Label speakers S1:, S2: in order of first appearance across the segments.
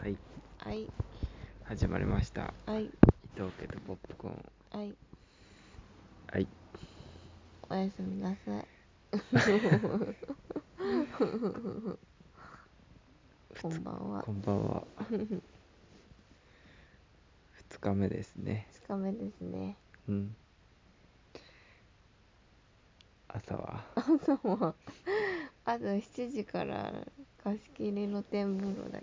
S1: はい
S2: はい
S1: 始まりました
S2: はい
S1: 伊藤家とポップコーン
S2: はい
S1: はい
S2: おやすみなさい こんばんは
S1: こんばん は二日目ですね
S2: 2日目ですね
S1: うん朝は
S2: 朝もあと7時から貸し切り露天風呂だっ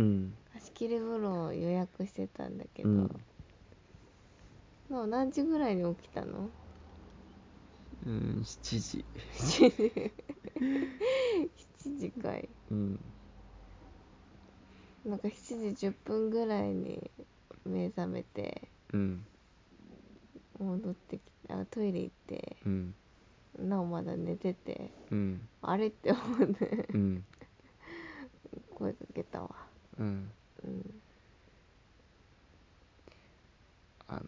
S1: うん
S2: 貸し切り風呂を予約してたんだけ
S1: う
S2: ど、
S1: ん
S2: もう何時ぐらいに起きたの
S1: うん7時
S2: ?7 時かい
S1: うん
S2: なんか7時10分ぐらいに目覚めて
S1: うん
S2: 戻ってきあトイレ行って
S1: うん
S2: なおまだ寝てて
S1: うん
S2: あれって思って
S1: うん
S2: 声かけたわ
S1: うん
S2: うん
S1: あの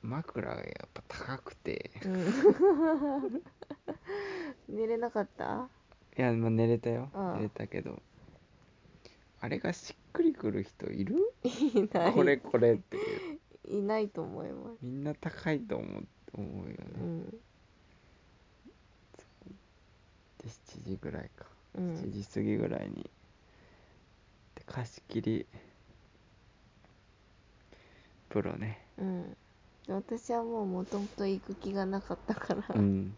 S1: 枕がやっぱ高くて
S2: うん寝れなかった
S1: いや、まあ、寝れたよ
S2: ああ
S1: 寝れたけどあれがしっくりくる人いる
S2: いない
S1: これこれっていう
S2: いないと思いま
S1: みんな高いと思う思うよね
S2: すうん
S1: で7時ぐらいか、
S2: う
S1: 7
S2: ん
S1: 時過ぎぐらいにで貸し切りプロね
S2: うん私はもうもともと行く気がなかったから、
S1: う
S2: ね
S1: ん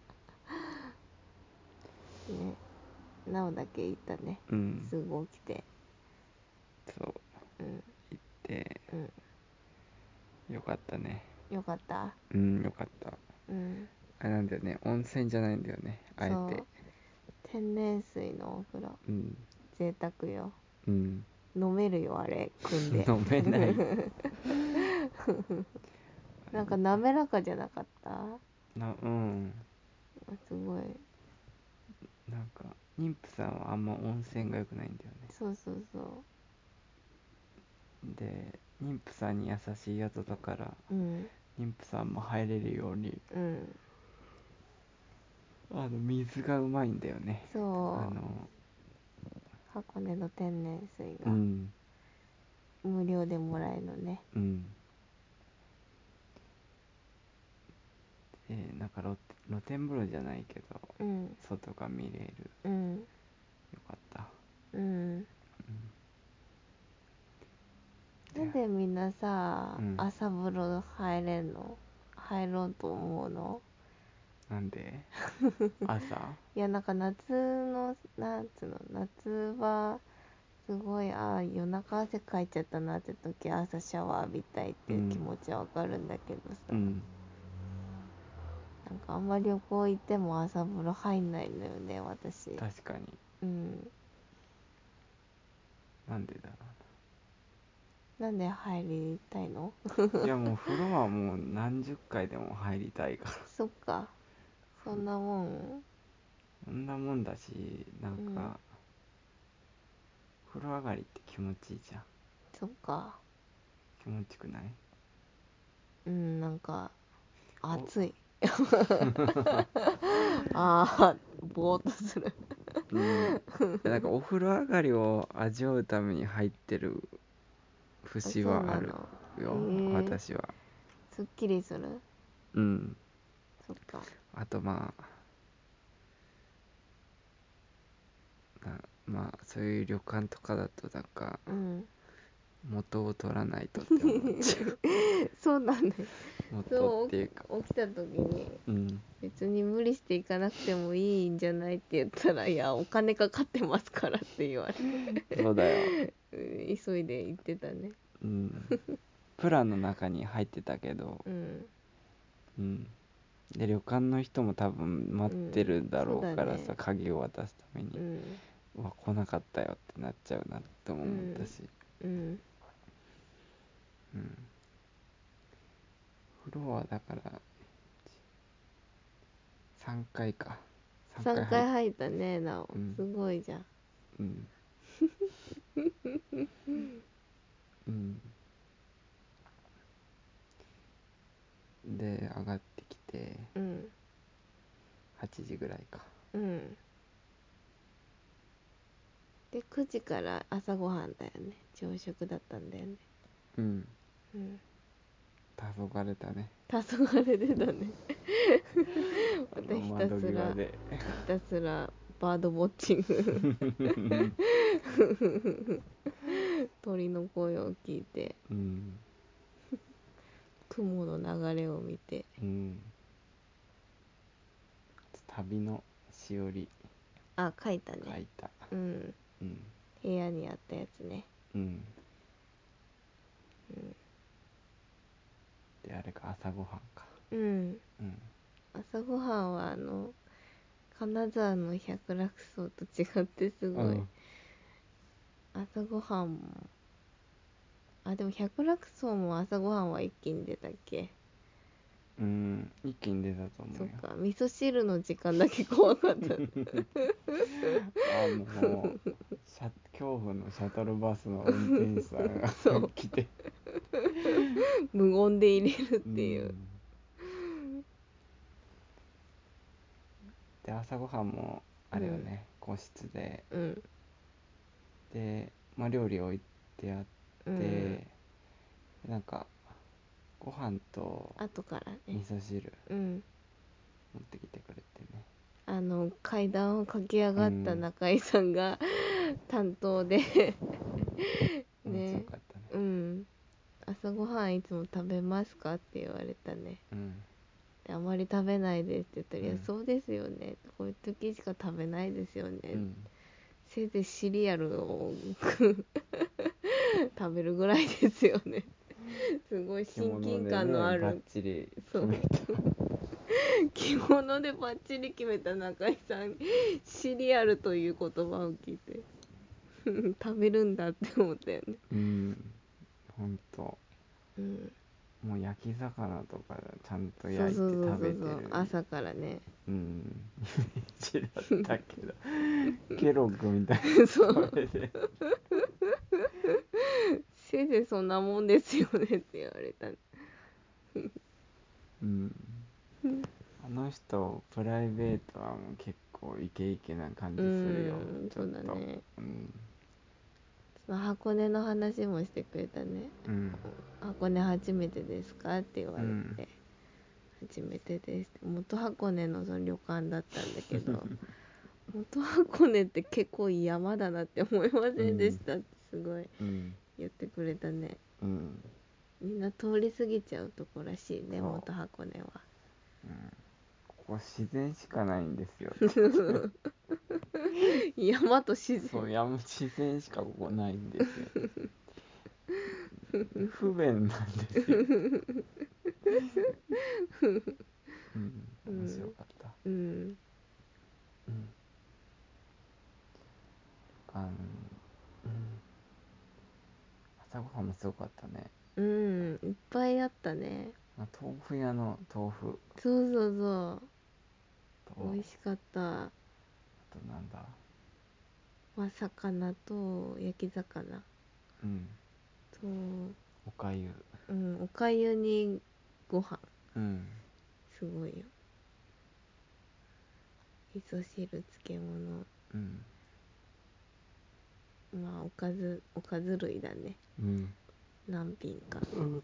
S2: なおだけ行ったね
S1: うん
S2: すぐ起きて
S1: そう
S2: うん
S1: 行って
S2: うん
S1: よかったね
S2: よかった
S1: うんよかった
S2: うん
S1: あれなんだよね温泉じゃないんだよねあえ
S2: そう
S1: て
S2: 天然水のお風呂
S1: うん
S2: 贅沢よ
S1: うん
S2: 飲めるよあれ組んで
S1: 飲めない
S2: なんか滑らかじゃなかった
S1: なうん
S2: すごい
S1: なんか妊婦さんはあんま温泉が良くないんだよね
S2: そうそうそ
S1: で妊婦さんに優しい宿だから
S2: ううん
S1: 妊婦さんも入れるように
S2: うん
S1: あの水がうまいんだよね
S2: そ
S1: あ
S2: う
S1: の
S2: 箱根の天然水
S1: う
S2: が
S1: ん
S2: 無料でもらえるのね
S1: うんえなんか露露天風呂じゃないけど
S2: うん
S1: 外が見れる
S2: うん
S1: よかった
S2: うん
S1: うん
S2: なんでみんなさ、
S1: うん
S2: 朝風呂入れんの入ろうと思うの
S1: なんで 朝
S2: いやなんか夏のなんつうの夏場すごいあー夜中汗かいちゃったなって時朝シャワー浴びたいっていう気持ちはわかるんだけどさ、
S1: うん
S2: なんかあんま旅行行っても朝風呂入んないのよね私
S1: 確かに
S2: うん
S1: なんでだろ
S2: なんで入りたいの
S1: うないやもう風呂はもう何十回でも入りたいから
S2: そっかそんなもん
S1: そんなもんだしなんか、風呂上がりって気持ちいいじゃん
S2: そっか
S1: 気持ちよくない
S2: うんなんか暑い ああぼーっとする
S1: うん、なんかお風呂上がりを味わうために入ってる節はある
S2: そうなの
S1: よ、
S2: そうなのへえ
S1: 私は
S2: すっきりする
S1: うん
S2: そっか
S1: あとまあなまあそういう旅館とかだとなんか
S2: うん
S1: 元を取らないとって思っちゃう
S2: そうなんだよ
S1: 元
S2: そ
S1: っ
S2: う
S1: ていうか
S2: 起きた時に
S1: うん
S2: 別に無理して行かなくてもいいんじゃないって言ったら「いやお金かかってますから」って言われて
S1: そうだよ
S2: うん急いで行ってたね
S1: うんプランの中に入ってたけど
S2: うん
S1: うんで旅館の人も多分待ってるだろうから
S2: うんそうだ
S1: さ、
S2: ね
S1: 鍵を渡すために、
S2: うん
S1: うわ来なかったよってなっちゃうなとも思ったし、
S2: うん
S1: うん風呂はだから3回か3
S2: 3回入ったねなお
S1: うん
S2: すごいじゃん
S1: うんうんで上がってきて
S2: うん
S1: 8時ぐらいか
S2: うんで9時から朝ごはんだよね朝食だったんだよね
S1: うん
S2: うん
S1: 黄昏れたね
S2: 黄昏でたね
S1: あ
S2: また
S1: の窓
S2: ひたすら
S1: 際で
S2: ひたすらバードウォッチング鳥の声を聞いて
S1: うん
S2: 雲の流れを見て
S1: うん旅のしおり
S2: あ書いたね、
S1: 書いた
S2: うん
S1: うん
S2: 部屋にあったやつね
S1: うんであれか朝ごはんか
S2: うん
S1: うん
S2: 朝ごはんはあの金沢の百楽荘と違ってすごい、
S1: うん
S2: 朝ごはんもあでも百楽荘も朝ごはんは一気に出たっけ
S1: うん一気に出たと思
S2: そうっ
S1: よ
S2: か味噌汁の時間だけ怖か ったね
S1: あのシャ 恐怖のシャトルバスの運転手さんが来てっ
S2: 無言で入れるっていう、
S1: で朝ごはんもあれよね、個室で
S2: うん
S1: で、まあ、料理置いてあっ
S2: う
S1: て、
S2: ん、
S1: なんかご飯と
S2: 後から
S1: 味
S2: ね
S1: 噌汁
S2: うん
S1: 持ってきてくれてね
S2: あの階段を駆け上がった中井さ んが担当でね
S1: 面白かったね
S2: うん朝ごはんいつも食べますかって言われたね
S1: うん
S2: であまり食べないですって言った
S1: う
S2: ら「
S1: ん
S2: いやそうですよねこういう時しか食べないですよね」
S1: うん
S2: せいぜいシリアルを 食べるぐらいですよねすごい親近感のあ
S1: 着物でね、ばっ
S2: る
S1: ちり
S2: そう
S1: 決めた
S2: 着物でバッチリ決めた中井さんにシリアルという言葉を聞いて 食べるんだって思ったよね
S1: うんほんと
S2: うん
S1: もう焼き魚とかちゃんと
S2: そう
S1: 焼いて
S2: そうそう
S1: 食
S2: そ
S1: べ
S2: う
S1: て
S2: そ
S1: る
S2: う朝からね
S1: うんイメージだったけどケロッグみたい
S2: そう
S1: な声で
S2: せいぜいそんなもんですよねって言われたね
S1: うんあの人プライベートはもう結構イケイケな感じ
S2: う
S1: するよ
S2: ん
S1: ち
S2: そ
S1: ょっ
S2: うだ
S1: と
S2: ね
S1: うん
S2: その箱根の話もしてくれたね
S1: うん
S2: 箱根初めてですかって言われて、
S1: うん
S2: 初めてですって元箱根のその旅館だったんだけど元箱根って結構山だなって思いませんでしたってすごい
S1: うん
S2: 言ってくれたね
S1: うん
S2: みんな通り過ぎちゃうとこらしいね
S1: そう
S2: 元箱根は
S1: ここ自然しかないんですよ
S2: 山と自
S1: そ
S2: 然
S1: う山自然しかここないんですよ不便なんですようん面白かった、
S2: うん
S1: うんあの、うん、朝ごはんもすごかったね
S2: うんいっぱいあったね
S1: あ豆腐屋の豆腐
S2: そうそうそ
S1: と
S2: う美味しかった
S1: あとなんだ
S2: まあ魚と焼き魚
S1: うん
S2: と
S1: おかゆ
S2: うん、おかゆにご飯
S1: うん
S2: すごいよ味噌汁漬物
S1: うん
S2: まあおかずおかず類だね
S1: うん
S2: 何品か
S1: うん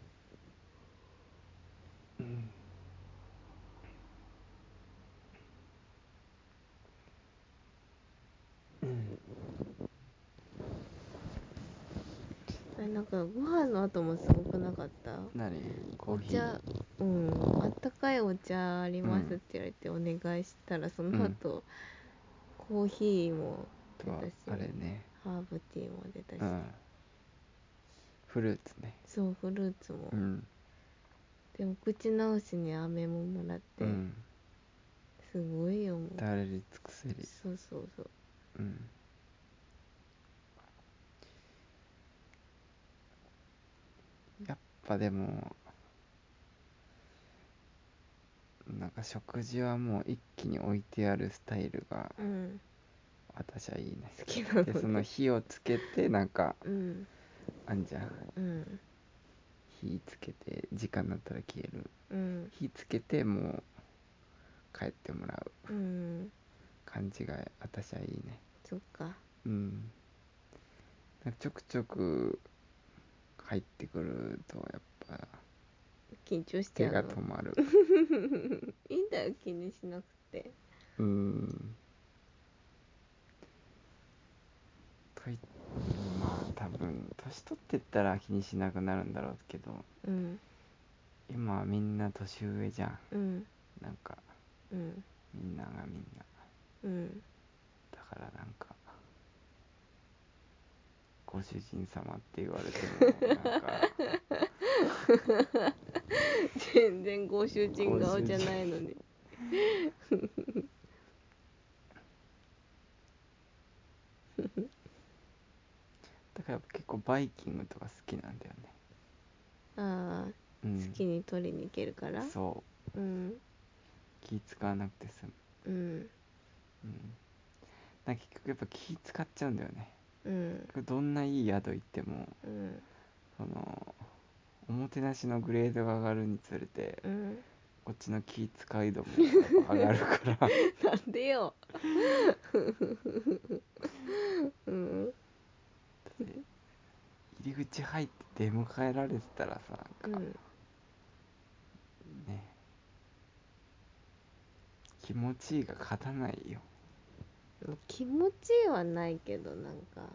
S2: あれなんかご飯の後もすごくなかった
S1: 何コー
S2: お
S1: ヒー
S2: 茶うんあったかいお茶ありますって言われてお願いしたらその後、コーヒーも
S1: とは
S2: 私
S1: あれね
S2: ハーブティーも出たし、
S1: うんフルーツね
S2: そうフルーツも、
S1: うん
S2: でお口直しに飴ももらって、
S1: うん
S2: すごいよもう
S1: 至れり尽くせり
S2: そうそうそう
S1: うんやっぱでもなんか食事はもう一気に置いてあるスタイルが
S2: うん
S1: 私はいいね
S2: 好きなの
S1: で
S2: で
S1: その火をつけてなんか
S2: うん
S1: あんじゃん
S2: うん
S1: 火つけて時間になったら消える
S2: うん
S1: 火つけてもう帰ってもらう
S2: うん
S1: 感じが私はいいね
S2: そっか
S1: うんちょくちょく入ってくるとやっぱ
S2: 緊張しち
S1: 手
S2: ゃう
S1: が
S2: の
S1: 止まる
S2: いいんだよ気にしなくて
S1: うんと言ってまあ多分年取ってったら気にしなくなるんだろうけど
S2: うん
S1: 今はみんな年上じゃん
S2: うん
S1: なんか
S2: うん
S1: みんながみんな
S2: うん
S1: だからなんかご主人様って言われてもなんか
S2: 全然ご主人顔じゃないのに
S1: だからやっぱ結構バイキングとか好きなんだよね、
S2: ああ
S1: うん、
S2: 好きに取りに行けるから
S1: そう
S2: うん
S1: 気使わなくて済む、
S2: うん
S1: うん、なんか結局やっぱ気使っちゃうんだよね
S2: うん
S1: 結局どんないい宿行っても
S2: うん
S1: そのおもてなしのグレードが上がるにつれて
S2: うん
S1: こっちの気使い度もやっぱ上がるから
S2: なんでようん
S1: 入り口入って出迎えられてたらさな
S2: う
S1: んか
S2: ん
S1: ね気持ちいいが勝たないよ
S2: もう気持ちはないけどなんかあ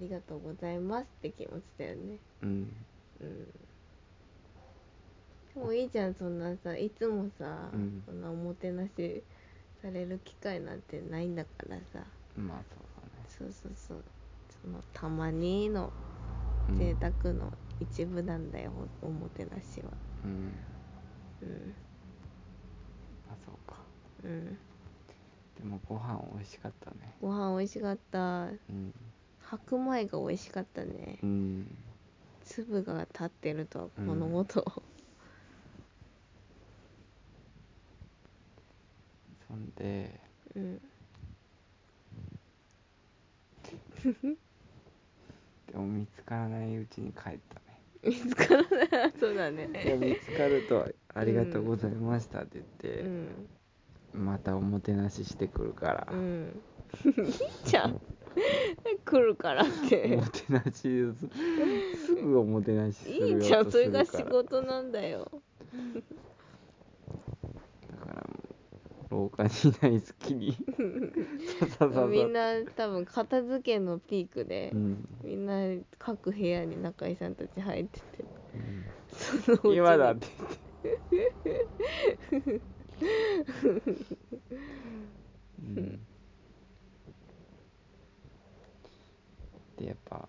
S2: りがとうございますって気持ちだよね
S1: うん
S2: うんでもいいじゃんそんなさいつもさ、
S1: うん
S2: そんなおもてなしされる機会なんてないんだからさ
S1: まあそ
S2: そうそうそうそのたまにの
S1: うだね
S2: 贅沢の一部なんだよ、おもてなしは
S1: うん、うん、
S2: うん
S1: まあそうか
S2: うん
S1: でもご飯美味しかったね
S2: ご飯美味しかった
S1: うん
S2: 白米が美味しかったね
S1: うん
S2: 粒が立ってるとは
S1: うん
S2: 物事、
S1: そんで
S2: うん
S1: でも見つからないうちに帰ったね
S2: そうだ
S1: いや
S2: ね。
S1: 見つかると「ありがとうございました」って言って
S2: う、ん。
S1: またおもてなししてくるから、
S2: うん。いいじゃん。 来るからっ
S1: お
S2: て
S1: も。てなしすすぐおもてなしす
S2: い
S1: るよう
S2: い
S1: とす
S2: じゃん。それ
S1: る
S2: が
S1: か
S2: 仕
S1: ら
S2: 事なんだよ。
S1: だからもう廊下にいない隙に ささささ
S2: みんな多分片付けのピークで
S1: う、ん、
S2: みんな各部屋に中居さんたち入ってて。
S1: うん
S2: そのうちに
S1: 今だって言ってうんでやっぱ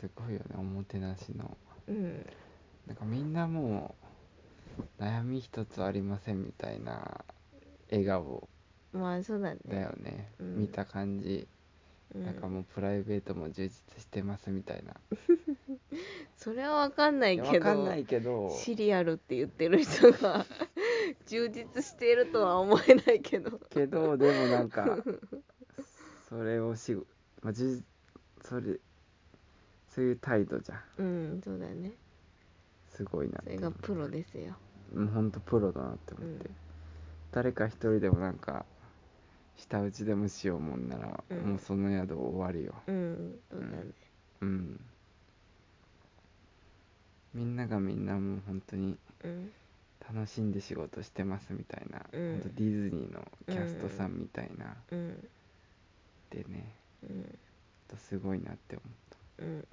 S1: すごいよねおもてなしの
S2: うん。
S1: なんかみんなもう悩み一つありませんみたいな笑顔
S2: まあそうだ
S1: だ
S2: ね。
S1: よね、
S2: うん
S1: 見た感じ、
S2: うん
S1: なんかもうプライベートも充実してますみたいな
S2: それはわかんないい
S1: や
S2: け
S1: わかん
S2: ど
S1: な。いけど
S2: シリアルって言ってる人 が充実しているとは思えないけど
S1: けどでもなんか それをしご、まあ、じゅそれそういう態度じゃん
S2: うんそうだね
S1: すごいなって
S2: それがプロですよ
S1: もうほんとプロだなって思って、
S2: うん
S1: 誰か一人でもなんか舌打ちでもしようもんなら、
S2: うん
S1: もうその宿終わりよ
S2: うんそうだね
S1: うんみんながみんなもう本当に
S2: うん
S1: 楽しんで仕事してますみたいな、
S2: うん
S1: ほんとディズニーのキャストさんみたいな、
S2: うん
S1: でね
S2: うん
S1: ほんとすごいなって思った
S2: うん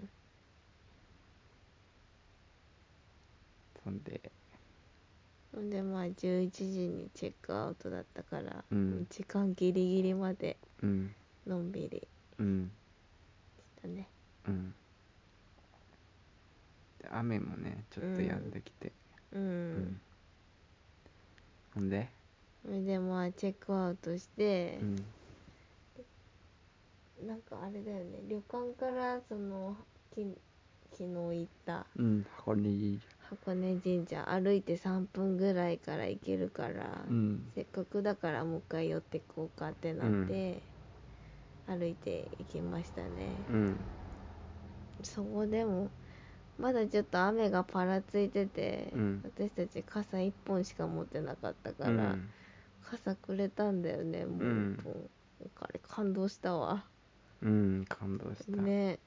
S1: そんで
S2: ほんでまあ11時にチェックアウトだったから、
S1: うん
S2: 時間ギリギリまで
S1: うん
S2: のんびり
S1: うん
S2: だね
S1: うんで雨もねちょっと止んできて、
S2: うん、
S1: うんほんで、
S2: それでまあチェックアウトして
S1: う、ん、
S2: なんかあれだよね旅館からそのき昨日行った
S1: うん、箱根いい
S2: 箱根神社歩いて3分ぐらいから行けるから、
S1: うん
S2: せっかくだからもう一回寄ってこうかってなって、歩いて行きましたね、
S1: うん
S2: そこでもまだちょっと雨がパラついてて、
S1: うん
S2: 私たち傘1本しか持ってなかったから、
S1: うん
S2: 傘くれたんだよねもう
S1: うん
S2: 1本、なんかあれ感動したわ
S1: うん感動した、
S2: ね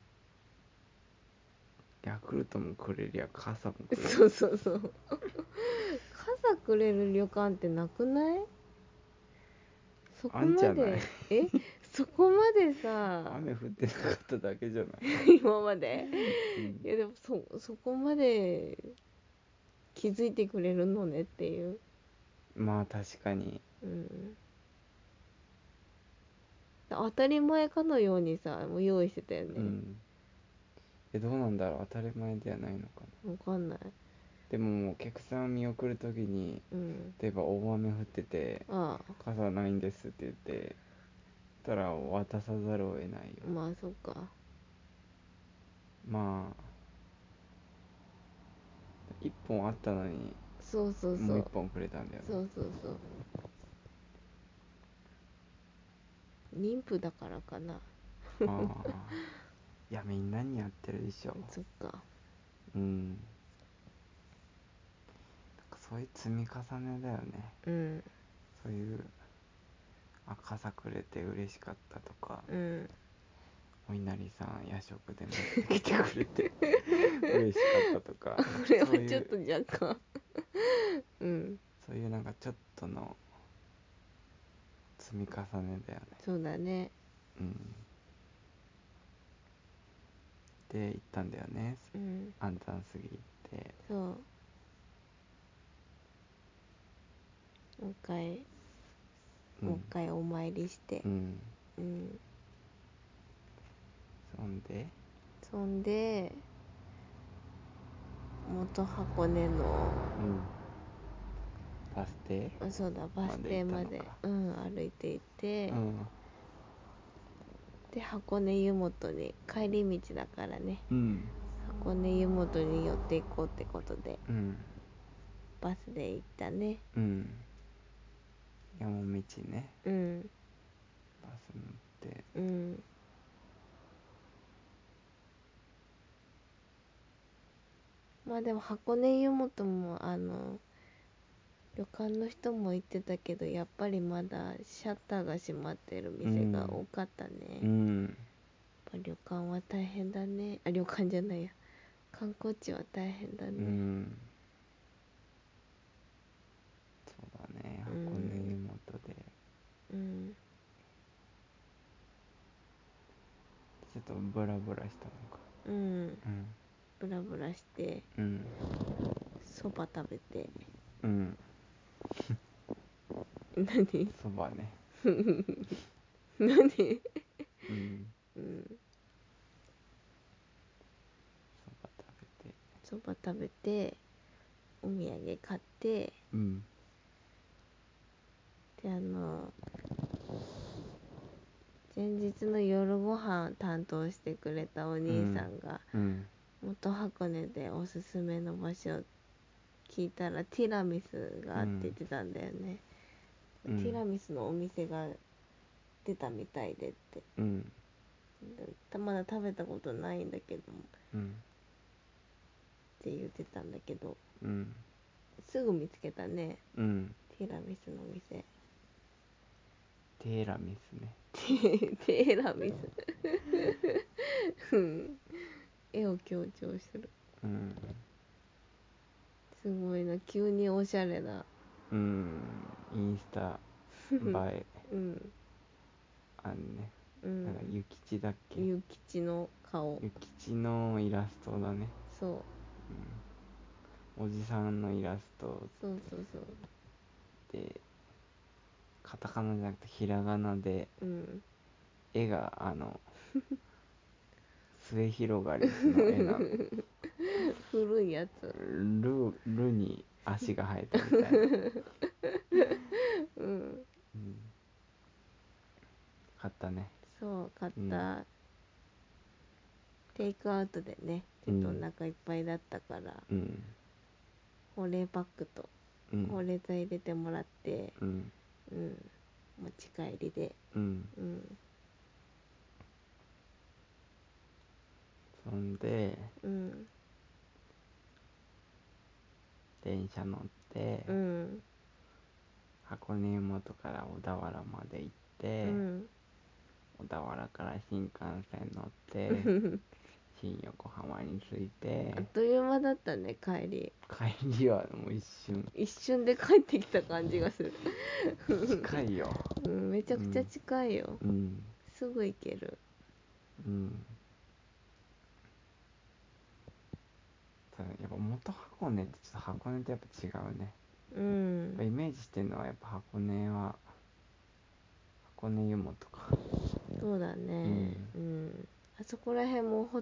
S1: ヤクルトもくれりゃ傘もくれ
S2: そ
S1: る
S2: うそうそう傘くれる旅館ってなくないそこ
S1: あんじ
S2: ま
S1: ゃない
S2: でえそこまでさ
S1: 雨降ってなかっただけじゃない、
S2: 今まで
S1: うん
S2: いやでもそそこまで気づいてくれるのねっていう、
S1: まあ確かに
S2: うん、当たり前かのようにさもう用意してたよね、
S1: うんえどうなんだろう当たり前ではないのかな
S2: わかんない、
S1: でももうお客さん見送る時に
S2: うん、
S1: 例えば大雨降ってて
S2: あ
S1: 傘ないんですって言ってたら渡さざるを得ないよ
S2: あまあそっか
S1: まあ一本あったのに
S2: そうそうそ
S1: もう
S2: う
S1: 一本くれたんだよね
S2: そうそうそう妊婦だからかな
S1: ああいやみんなにやってるでしょ
S2: そっか
S1: うんなんかそういう積み重ねだよね
S2: うん
S1: そういうあ傘くれて嬉しかったとか
S2: うん
S1: お稲荷さん夜食で持ってきてくれて嬉しかったとか
S2: これは
S1: そうい
S2: ちょっ
S1: う
S2: と若干うん
S1: そういうなんかちょっとの積み重ねだよね
S2: そうだね
S1: うんで行ったんだよね
S2: うん
S1: 安産過ぎて
S2: そうもう一回、
S1: うん
S2: もう一回お参りして
S1: うん
S2: うん、
S1: そんで
S2: そんで元箱根の
S1: うんバス停
S2: あそうだバス停まで
S1: まで行った
S2: うん歩いていて、
S1: うん
S2: で箱根湯本に帰り道だからね
S1: うん
S2: 箱根湯本に寄っていこうってことで
S1: うん
S2: バスで行ったね
S1: うん山道ね
S2: うん
S1: バス乗って
S2: うんまあでも箱根湯本もあの旅館の人も言ってたけどやっぱりまだシャッターが閉まってる店が多かったね、
S1: う
S2: やっ
S1: ん
S2: ぱ旅館は大変だねあ旅館じゃないや観光地は大変だね、
S1: うんそうだね
S2: うん
S1: 箱根湯本で、
S2: うん
S1: ちょっとブラブラしたのか
S2: うん
S1: うん
S2: ブラブラして
S1: うん
S2: そば食べて
S1: うん
S2: 何
S1: そばねう
S2: 何
S1: ん
S2: うん
S1: そば食べて
S2: そば食べてお土産買って
S1: うん
S2: であの前日の夜ご飯担当してくれたお兄さんが
S1: うん
S2: 元箱根でおすすめの場所聞いたらティラミスがあって言ってたんだよね、
S1: うん
S2: ティラミスのお店が出たみたいでって
S1: うん
S2: たまだ食べたことないんだけど
S1: うん
S2: って言ってたんだけど
S1: うん
S2: すぐ見つけたね
S1: うん
S2: ティラミスのお店
S1: テーラミスね
S2: ティラミスうん絵を強調する
S1: うん
S2: すごいな急におしゃれな
S1: うんインスタ映え
S2: うん
S1: あんね
S2: う
S1: なんか
S2: ん
S1: 諭吉だっけ諭
S2: 諭吉の顔
S1: 吉のイラストだね
S2: そ
S1: う
S2: う
S1: んおじさんのイラスト
S2: そうそうそう
S1: でカタカナじゃなくてひらがなで
S2: うん
S1: 絵があの末広がりの絵 なの
S2: 古いやつ
S1: ルルに足が生えたみたいな、
S2: うん
S1: うん、買ったね
S2: そう買った、
S1: う
S2: テイクアウトでねちょっとお腹いっぱいだったから、
S1: うん
S2: 保冷バッグと
S1: うん
S2: 保冷剤入れてもらって
S1: うん
S2: うん持ち帰りで
S1: うん
S2: うん
S1: そんで
S2: うん
S1: 電車乗って、
S2: うん
S1: 箱根湯本から小田原まで行って、
S2: うん
S1: 小田原から新幹線乗って
S2: うん
S1: 新横浜に着いて
S2: あっという間だったね帰り
S1: 帰りはもう一瞬
S2: 一瞬で帰ってきた感じがする、
S1: 近いよ
S2: うん、めちゃくちゃ近いよ、
S1: うん
S2: すぐ行ける
S1: うんただやっぱ元箱根ってちょっと箱根とやっぱ違うね
S2: う
S1: やっぱ
S2: ん
S1: イメージしてるのはやっぱ箱根は箱根湯本とか
S2: そうだねうん、あそこら辺もホ